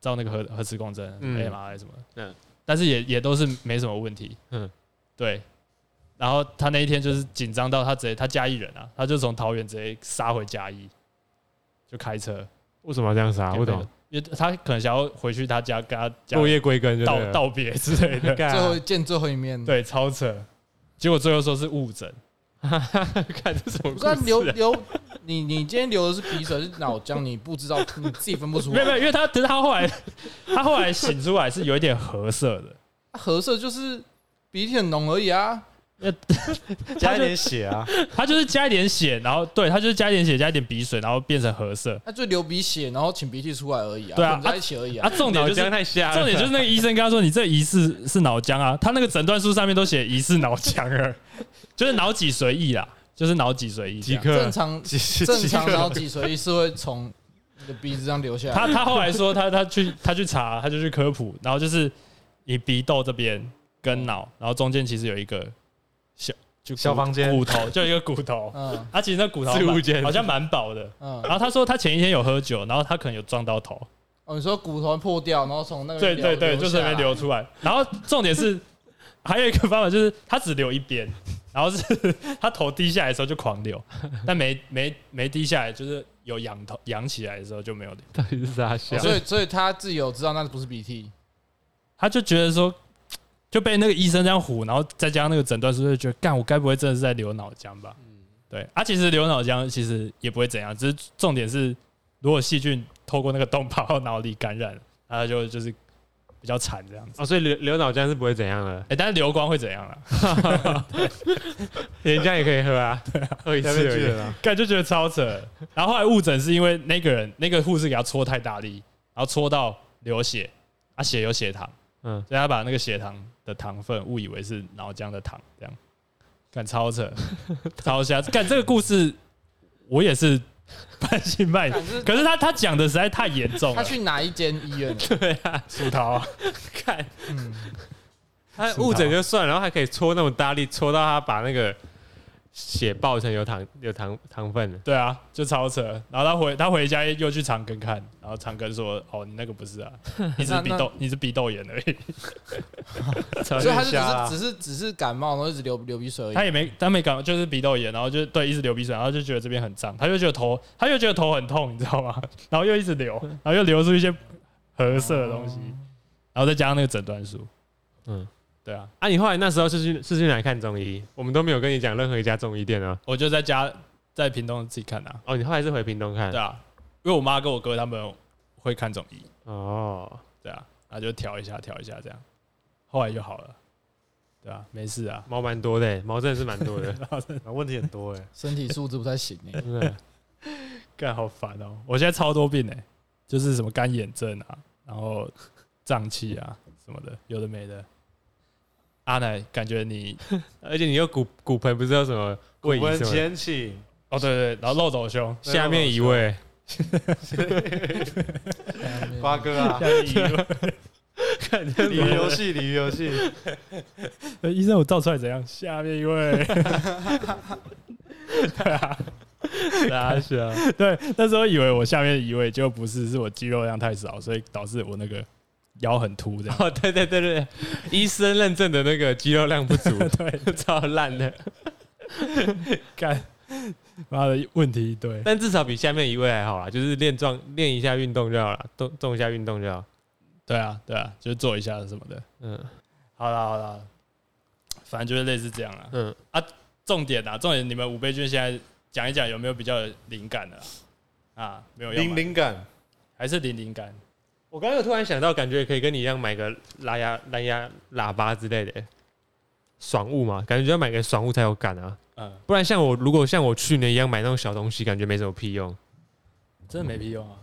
照那个核核磁共振、
嗯
MRI 什么的，
嗯
但是也也都是没什么问题，
嗯
嗯，对。然后他那一天就是紧张到他直接他嘉义人啊，他就从桃园直接杀回嘉义，就开车，
为什么要这样杀？
啊，
我不懂，，
因为他可能想要回去他家跟他家
落叶归根就
道 道别之类的，
最后
干
见最后一面，，
对，超扯。结果最后说是误诊，
看这什么
不是
故事
啊
啊、
流流，你你今天流的是鼻水是脑浆，你不知道，你自己分不出
没有没
来。
有，因为他可是他后来他后来醒出来是有一点褐色的，
褐啊色就是鼻涕很浓而已啊，
加一点血啊，
他就是加一点血，然后对他就是加一点血加一点鼻水，然后变成褐色。
那就流鼻血，然后请鼻涕出来而已啊，
对啊
混在一起而已
啊，
啊。
重点
脑
就是
浆太瞎了，
重点就是那个医生跟他说：“你这疑似是脑浆啊。”他那个诊断书上面都写疑似脑浆了，就是脑脊髓液啦，就是脑脊髓液这
即
样。
刻
正常
几
正常啊脑
个
脊髓液是会从你的鼻子上流下来。。
他他后来说他他去他去查，他就去科普，然后就是你鼻窦这边跟脑，然后中间其实有一个小就骨
小房间
骨头，就有一个骨头 啊
嗯
他、其实那骨头
置物
蛮
间
好像蛮薄的。
嗯
然，后他说他前一天有喝酒，然后他可能有撞到头，
哦，你说骨头破掉，然后从那个
对对对，
流
就是
下
没
来
流出来。然后重点是还有一个方法就是他只流一边，然后是他头低下来的时候就狂流，但没没没低下来，就是有仰头仰起来的时候就没有流。
到底是啥瞎？
所以所以他自己有知道那不是鼻涕，
他就觉得说，就被那个医生这样唬，然后再加上那个诊断书，就觉得干，我该不会真的是在流脑浆吧？对，啊，其实流脑浆其实也不会怎样，只是重点是，如果细菌透过那个洞跑到脑里感染，然后就就是比较惨这样子。
哦，所以流流脑浆是不会怎样的，
哎、但是流光会怎样啊？
连浆也可以喝啊，喝一次
下面巨
而已。
人啊，
干就觉得超扯。然后后来误诊是因为那个人那个护士给他搓太大力，然后搓到流血，啊血有血糖，
嗯，
所以他把那个血糖的糖分误以为是脑浆的糖，这样，干超扯， 超瞎。干这个故事，我也是半信半疑
干这。
可是他他讲的实在太严重
他
了，
去哪一间医院？
对啊，
薯桃，
看
嗯，
他误诊就算，然后还可以搓那么大力，搓到他把那个血爆成有糖有糖糖分的。
对啊，就超扯。然后他回他回家又去长庚看，然后长庚说：“哦，你那个不是啊，你只是鼻
那那
窦，你是鼻窦炎而 已。
所
所以他就只是只是只是感冒，然后一直流流鼻水而已。
他也没他没感，就是鼻窦炎，然后就对一直流鼻水，然后就觉得这边很脏，他就觉得头，他就觉得头很痛，你知道吗？然后又一直流，然后又流出一些褐色的东西，然后再加上那个诊断书，
嗯，
对啊，
啊，你后来那时候是去是去哪里看中医？我们都没有跟你讲任何一家中医店啊。
我就在家在屏东自己看啊，
哦，你后来是回屏东看
对？啊，因为我妈跟我哥他们会看中医，
哦，
对啊，然后就调一下调一下这样，后来就好了，对啊，没事啊，
毛蛮多的欸，毛真的是蛮多的，
啊问题很多哎，
身体素质不太行哎、
真的。
干好烦哦！我现在超多病哎、就是什么干眼症啊，然后胀气啊什么的，有的没的。阿奶，感觉你
而且你又骨骨盆不知道什么位移
我们
什么的，
前请
哦对对，然后漏斗 胸，
下面一位，
哎
瓜哥 啊，
看这
鲤鱼游戏，鲤鱼游 戏，
呃医生我照出来怎样？下面一 位，
啥小，
对，那时候以为我下面一位，结果不是，是我肌肉量太少，所以导致我那个腰很凸这样。
哦，对对对对，医生认证的那个肌肉量不足， 对， 超烂的，
干，妈的问题一堆。
但至少比下面一位还好啦，就是练壮练一下运动就好了，动动一下运动就好。
对啊对啊，就是做一下什么的。
嗯
好啦好啦，反正就是类似这样啦。
嗯，
重点啊，重点，你们五倍券现在讲一讲有没有比较有灵感的啊？啊没有要买
零灵感，
还是零灵感？
我刚刚有突然想到，感觉可以跟你一样买个蓝牙蓝牙喇叭之类的爽物嘛，感觉就要买个爽物才有感啊，
嗯，
不然像我如果像我去年一样买那种小东西，感觉没什么屁用，
真的没必要啊。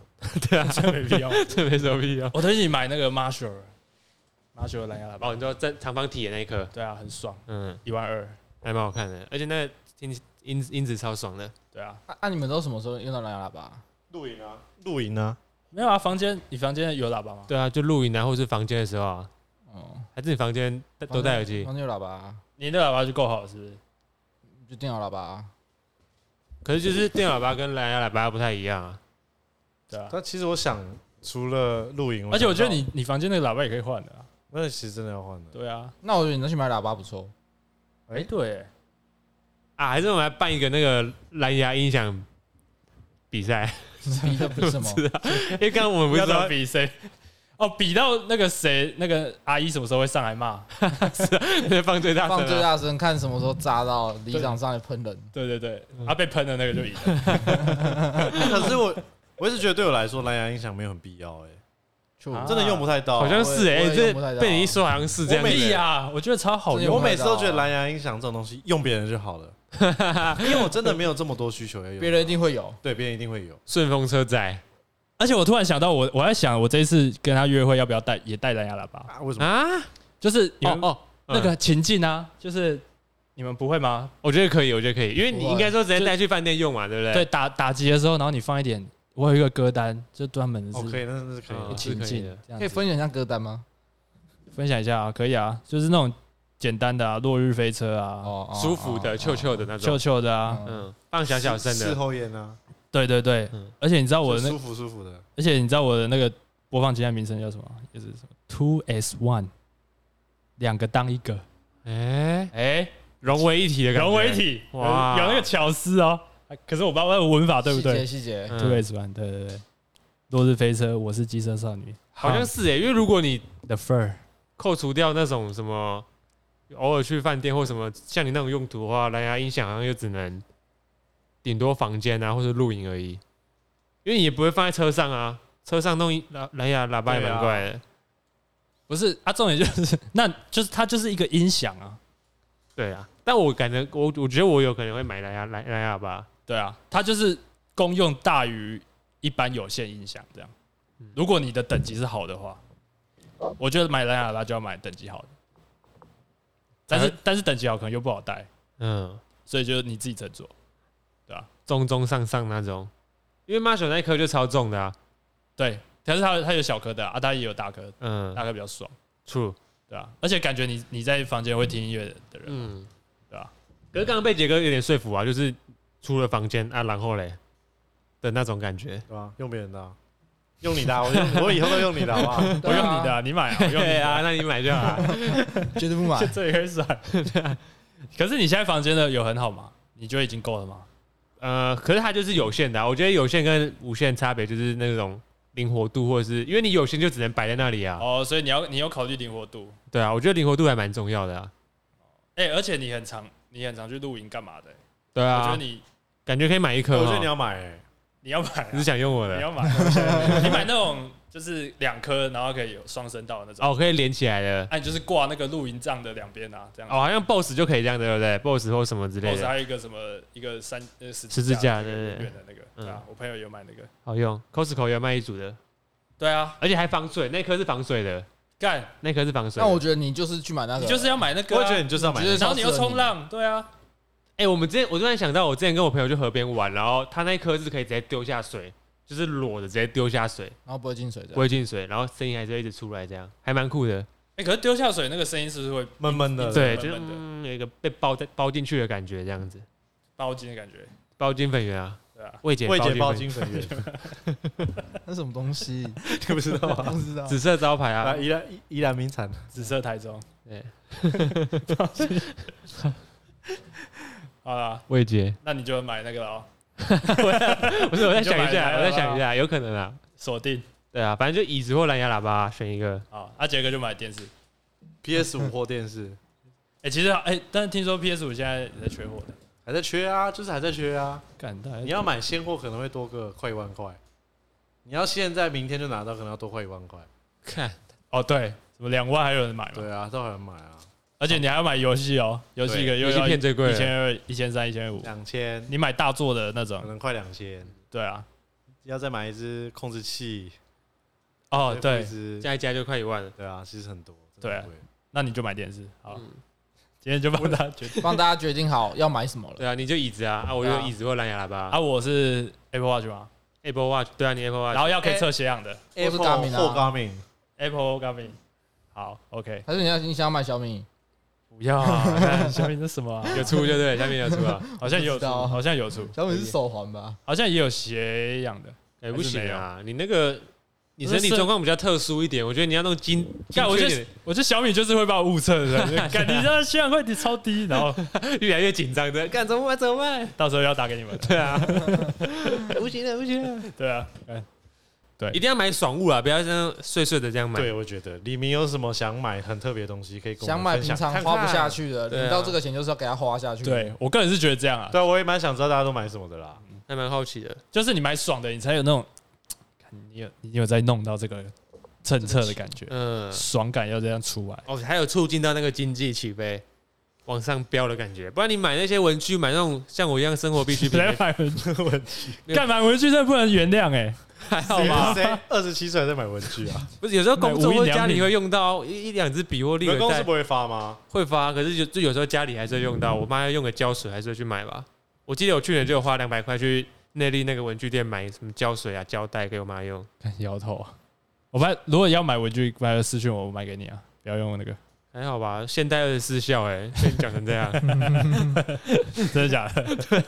对啊，真的没必要。
这没什么屁用。
我推荐你买那个 Marshall，Marshall 蓝牙喇叭
哦，，你知道在长方体的那一颗，
对啊，很爽，
嗯，
一万二。
还蛮好看的，而且那个音音音质超爽的。
对啊，
啊啊，你们都什么时候用到蓝牙喇叭？
露营啊，露营啊，
没有啊，房间你房间有喇叭吗？
对啊，就露营啊，或是房间的时候啊，
哦，
还是你房间戴都戴耳机，
房间有喇叭啊，
你的喇叭就够好了，是不是？
就电脑喇叭啊。
可是就是电脑喇叭跟蓝牙喇叭不太一样啊。
对啊。
但其实我想，除了露营，
而且我觉得
想
你你房间那个喇叭也可以换的、啊。
到那其实真的要换的，
对啊，
那我觉得你再去买喇叭不错，
哎、
哎
对耶，
啊，还是我们来办一个那个蓝牙音响比赛，
比的比什么？
因为刚刚我们不
不
是
要
说
比谁。哦，比到那个谁，那个阿姨什么时候会上来骂？
放最大声
放
啊，
最大声，看什么时候炸到里长上来喷人。
对对对，
嗯
他被喷的那个就赢了。
可是 我我一直觉得对我来说蓝牙音响没有很必要，哎，
就
啊
真的用不太到。
好像是
我也
哎，
我也用不太啊
这
到
被你一说好像是这样
我每
子
屁
啊
呀，我觉得超好
真的
用
我
用不太
每次
到哦
都觉得蓝牙音响这种东西用别人就好 了，因为我真的没有这么多需求要用。
别人一定会有，
对别人一定会有，
顺风车仔
而且我突然想到我，我在想，我这一次跟他约会要不要带也带蓝牙喇叭？
啊为什么？
嗯
啊，
就是你
哦
们、
哦，
那个情境啊，就是你们不会吗？
我觉得可以，我觉得可以，因为你
不会
应该说直接带去饭店用嘛，对不对？
对，打打击的时候，然后你放一点，我有一个歌单，就专门
哦，可
是
以，那那是可以
嗯
的。
情
是可以
境
的，
这样
可以
子
分享一下歌单吗？
分享一下啊，可以啊，就是那种简单的啊，落日飞车啊，
哦，哦
舒服的、臭，
哦
臭的那
臭
种，
臭的啊，
哦嗯
嗯，放小小声
事
的，
后烟啊，
对对对
嗯，
而且你知道哦我
我
的那
舒，服舒服的。
而且你知道我的那个播放清单名称叫什么？就是什么 Two S One，两个当一个，
哎，
哎，
融为一体的感觉，
融为一，体，
哇
哇，有那个巧思哦。可是我不知道那个文法对不
细节
对
哦细节，
嗯
？Two S One，对对对，落日飞车，我是机车少女
好像是哎，因为如果你
The Fur，
扣除掉那种什么偶尔去饭店或什么像你那种用途的话，蓝牙音响好像又只能顶多房间啊或者露营而已，因为你也不会放在车上啊，车上弄一蓝蓝牙喇叭也蛮
啊
怪的，
不是啊，重点就是， 那就是它就是一个音响啊，
对啊。但我感觉我我觉得我有可能会买蓝牙蓝蓝牙喇叭，
对啊，它就是功用大于一般有线音响这样。如果你的等级是好的话，我觉得买蓝牙喇叭就要买等级好的，但是但是等级好可能又不好带，
嗯，
所以就是你自己斟酌。
中中上上那种，因为 Marshall 那一颗就超重的啊，
对，但是它它有小颗的啊，它也有大颗，
嗯
大颗比较爽，
，True，
对啊，而且感觉你你在房间会听音乐的人，
嗯，
对啊。
可是刚刚被杰哥有点说服啊，就是出了房间啊，然后嘞的那种感觉，
对吧？用别人的、啊，用你的、啊，我用我以后都用你的，好不 好？
对
我
啊
用你的啊、你买啊，我用你
对
的
啊，那你买就好啊，
绝对不买
就，这也可以甩。可是你现在房间的有很好吗？你觉得已经够了吗？
呃，可是它就是有限的、啊，我觉得有限跟无限差别就是那种灵活度，或者是因为你有限就只能摆在那里啊，
哦，所以你要你有考虑灵活度，
对啊，我觉得灵活度还蛮重要的啊，
哎、而且你很常你很常去露营干嘛的、
对
我觉得，
啊
你
感觉可以买一颗、
我觉得你
哦，
要买、欸，
你要买啊、
你是想用我
你
的
要买，啊你买那种就是两颗，然后可以有双声道的那种。
哦，可以连起来的，
哎、你就是挂那个露营帐的两边啊，这样子。
哦，好像 BOSS 就可以这样的，对不对？BOSS 或什么之
或
类
者
的，
还有一个什么一个三呃十
十字架
那
对对嗯
个
对
远的那个，对啊，我朋友有买那个。
好用，Costco 有卖一组的，
对啊，
而且还防水，那颗是防水的，
干，
那颗是防水的。
那我觉得你就是去买那个，
你就是要买那个、
我
啊，
会觉得你就是要买
你觉得
然后你又冲浪，对啊，
哎、我们之前我突然想到，我之前跟我朋友去河边玩，然后他那一颗是可以直接丢下水，就是裸的直接丢下水，
然后不会进水的
不，会进水，然后声音还是会一直出来，这样还蛮酷的。
哎、可是丢下水那个声音是不是会
闷闷的。
对，
闷
就是、
闷的
嗯、有一个被包在包进去的感觉，这样子。
包金的感觉？
包金粉圆啊，
对啊，
未解
未解包
包金
金粉圆，
那什么东 西？
你不知道吗？
不知道
粉，，紫色招牌
啊，
啊，
宜兰宜宜兰名 产，
紫色台中，
对，
好啦，
未解。
那你就买那个了哦，
不是，我再想一
你就买
下，
来
我
了
再想一下，有可能啊。
锁定
对啊，反正就椅子或蓝牙喇叭选一个。
啊，阿杰哥就买电视。
PS 五或电 视
哎、其实哎、但是听说 PS 五现在也在缺货的，
还在缺啊，就是还在缺啊。
干到
你要买现货可能会多个快一万块，你要现在明天就拿到，可能要多快一万块。
看，
哦，对，什么两万还有人买嘛？
对啊，都有人买啊，
而且你还要买游戏哦，游戏
对
可能又
游戏
要
片最贵了
一千二、一千三、一千五。
两千，
你买大作的那
可
种，
能快两千，
对啊，
要再买一支控制器。
哦
再
对
付一，支，
加一加就快一万了。
对啊，其实很多。真
对
的
啊
很贵
那你就买电视。好，
嗯
今天就帮大家决定。
帮大家决定好要买什么了。
对啊，你就椅子啊，啊，我就
对啊
椅子或蓝牙喇叭。
啊，我是 Apple Watch 哎嘛，
Apple Watch，对啊，你 Apple Watch
然。后要可以测血氧的
或是
Apple
Garmin 啊
或 Garmin，
Apple Garmin。好，OK，
还是你要你想要买小米？
不要啊， 看小米这什么啊？
有出就对，下面有出啊，
好像也有
不知
出，
道啊
好像有出，
小米是手环吧？
好像也有斜氧的。
哎、
还是
不行
没有
啊，你那个你
不是
身体
是
状况比较特殊一点，我觉得你要弄精，
干我
觉
觉得我觉得小米就是会把我误测的 人，感觉这血氧快点超低，然后
得越来越紧张的，干怎么办？怎么办？
到时候要打给你们。
对啊，不行了，不行了，
对啊，哎对
一定要买爽物啦，不要这样碎碎的这样买。
对，我觉得李明有什么想买很特别的东西可以跟我
想
们
买
分
平
享
常
看
花不
看
下。去的，
对啊
领到这个钱就是要给他花下去。哎
对，我个人是觉得这样啊，
对，我也蛮想知道大家都买什么的啦。
还蛮好奇的。
就是你买爽的，你才有那种，看你有你有在弄到这个政策的感觉，
嗯，
爽感要这样出来。
哦，还有促进到那个经济起飞，往上飙的感觉。不然你买那些文具，买那种像我一样生活必需 品，
来买文具，干买文具真的不能原谅哎，
还好吧？
谁二十七岁还在买文具啊？
不是有时候工作
买无印
或
良
家里
品
会用到一一两支笔或
你
立
们
可
公司
带
不会发吗？
会发，可是就就有时候家里还是会用到，我妈要用个胶水还是会去买吧。我记得我去年就有花两百块去内地那个文具店买什么胶水啊、胶带给我妈用。
干摇头啊。我买如果要买文具，买了私讯我，我买给你啊，不要用那个，
还好吧，现代二十四孝哎、被你讲成这样，
真的假的？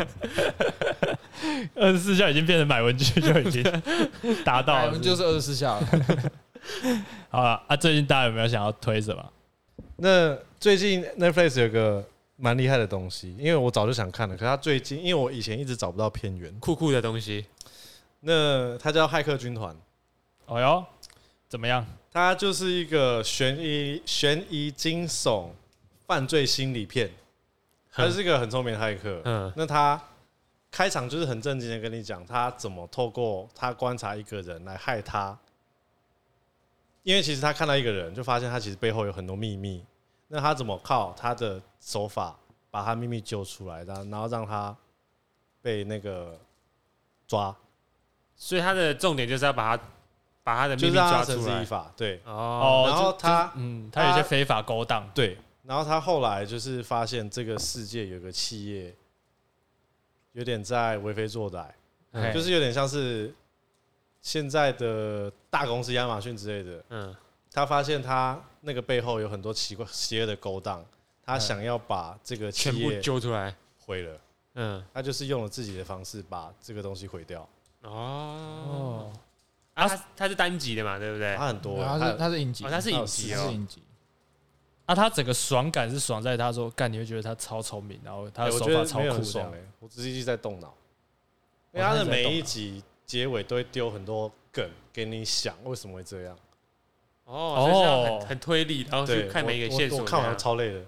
二十四孝已经变成买文具就已经达到
买
了
完
是不，
就是是二十四下了。
好了啊。最近大家有没有想要推什么？
那最近 Netflix 有个蛮厉害的东西，因为我早就想看了，可是它最近因为我以前一直找不到片源，
酷酷的东西。
那它叫《骇客军团》，
哦哟，怎么样？
它就是一个悬疑、悬疑惊悚、犯罪心理片。他是一个很聪明的骇客，
嗯
那他开场就是很正经的跟你讲，他怎么透过他观察一个人来害他，因为其实他看到一个人，就发现他其实背后有很多秘密，那他怎么靠他的手法把他秘密揪出来，然后然后让他被那个抓，
所以他的重点就是要把他把他的秘
就
密
是让
抓
他绳
出
之以
来。
法，对
哦，
哦
然后
就
他
嗯，他有一些非法勾当，
对，然后他后来就是发现这个世界有个企业有点在为非作歹。
嘿
就是有点像是现在的大公司亚马逊之类的，
嗯，
他发现他那个背后有很多奇怪邪恶的勾当，他想要把这个
全
企
部
业
揪出来。
毁了，
嗯，
他就是用了自己的方式把这个东西毁掉。
哦，
哦，
啊，他他是单集的嘛，对不对？
他很多，
然后他是
他
他是影集
哦，，他是影集
他是
哦。
影集，
啊，他整个爽感是爽在他说干，你会觉得他超聪明，然后他
哎
的
我
手
觉
法
得
超
没有
酷
很
这
爽
样
哎，我只是一直在动脑，因为哦他的每一集结尾都会丢很多梗给你想，为什么会这样？
哦，所以是要
哦
很很推理，然后去
对，
看每一个
我
线
我
索
我
这
看
样。
完超累的，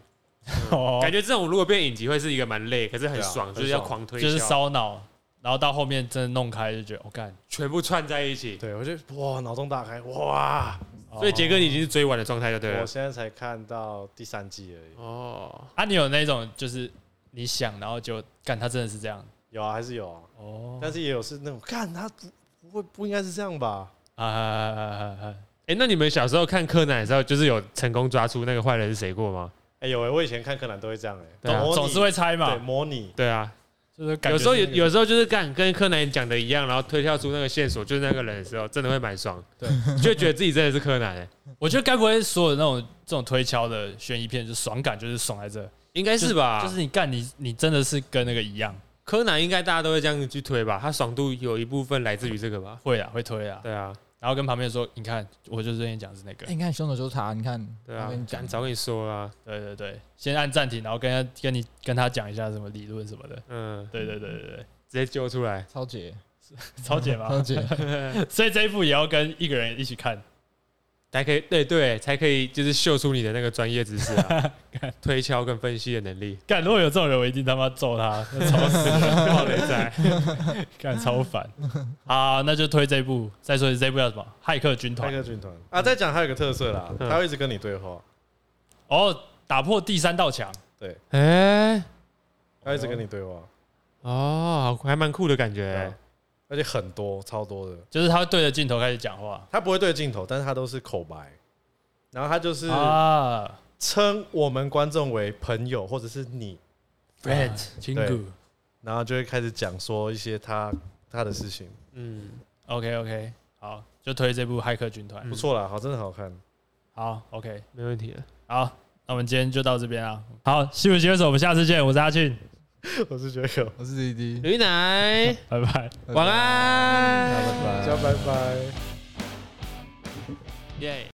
哦
感觉这种如果变影集会是一个蛮累，可是很爽，
对啊
就是要
很爽
狂推
就
销，
是烧脑，然后到后面真的弄开就觉得我哦干，
全部串在一起。
对我就哇脑洞大开，哇！
哦
所以杰哥你已经是追完的状态，就对
我
了。
现在才看到第三季而已，
哦，
啊，你有那种就是你想，然后就干，他真的是这样
有啊，还是有啊，
哦
但是也有是那种，看他不不会不应该是这样吧？
啊啊啊啊啊啊，
哎，那你们小时候看柯南的时候，就是有成功抓出那个坏人是谁过吗？
哎、有哎、我以前看柯南都会这样哎、
对啊
模拟
总是会猜
对
嘛，
模拟，
对啊，
就是感觉
有时候
是
有
那个
有时候就是干跟柯南讲的一样，然后推敲出那个线索就是那个人的时候，真的会蛮爽，
对，
就会觉得自己真的是柯南、欸，
我觉得该不会所有那种这种推敲的悬疑片，就是爽感就是爽在这，
应该是吧？
就是你干你你真的是跟那个一样，
柯南应该大家都会这样去推吧，他爽度有一部分来自于这个吧？
会啊会推啊，
对啊，
然后跟旁边说，你看我就是跟你讲是那个
哎，，你看凶手就是他，你看，
对
我
啊
跟你，讲
敢，早跟你说啊，
对对对，先按暂停，然后跟他跟你跟他讲一下什么理论什么的。
嗯，
对对对对
直接揪出来，
超姐，
对，超解
超
嘛。
姐，
所以这一部也要跟一个人一起看。
才可以对对，才可以就是秀出你的那个专业知 识啊，推敲跟分析的能力。
干，如果有这种人，我一定他妈揍 他，那 超死了，暴雷 仔，干超烦。啊，那就推这一部。再说一次这一部叫什么？骇客军
骇
团。
客军团啊，再讲还有一个特色啦，
嗯
他会一直跟你对话，
哦，打破第三道墙。
哎、
他一直跟你对话，
哦，还蛮酷的感觉、
对
哦
啊而且很多超多的，
就是他会对着镜头开始讲话
他不会对镜头，但是他都是口白，然后他就是
啊
称我们观众为朋友或者是你，
，Red 亲
对
骨
然后就会开始讲说一些他他的事情，
嗯，
OK OK，好，就推这部骇客军团
嗯。
不错啦，好，真的好看，
好，OK，
没问题了。
好，那我们今天就到这边啊。好，西武骑手，我们下次见。我是阿庆，
我是觉得有，
我是 D D，
驴奶，
拜拜。
晚
拜
安，
拜
大家拜拜。
耶。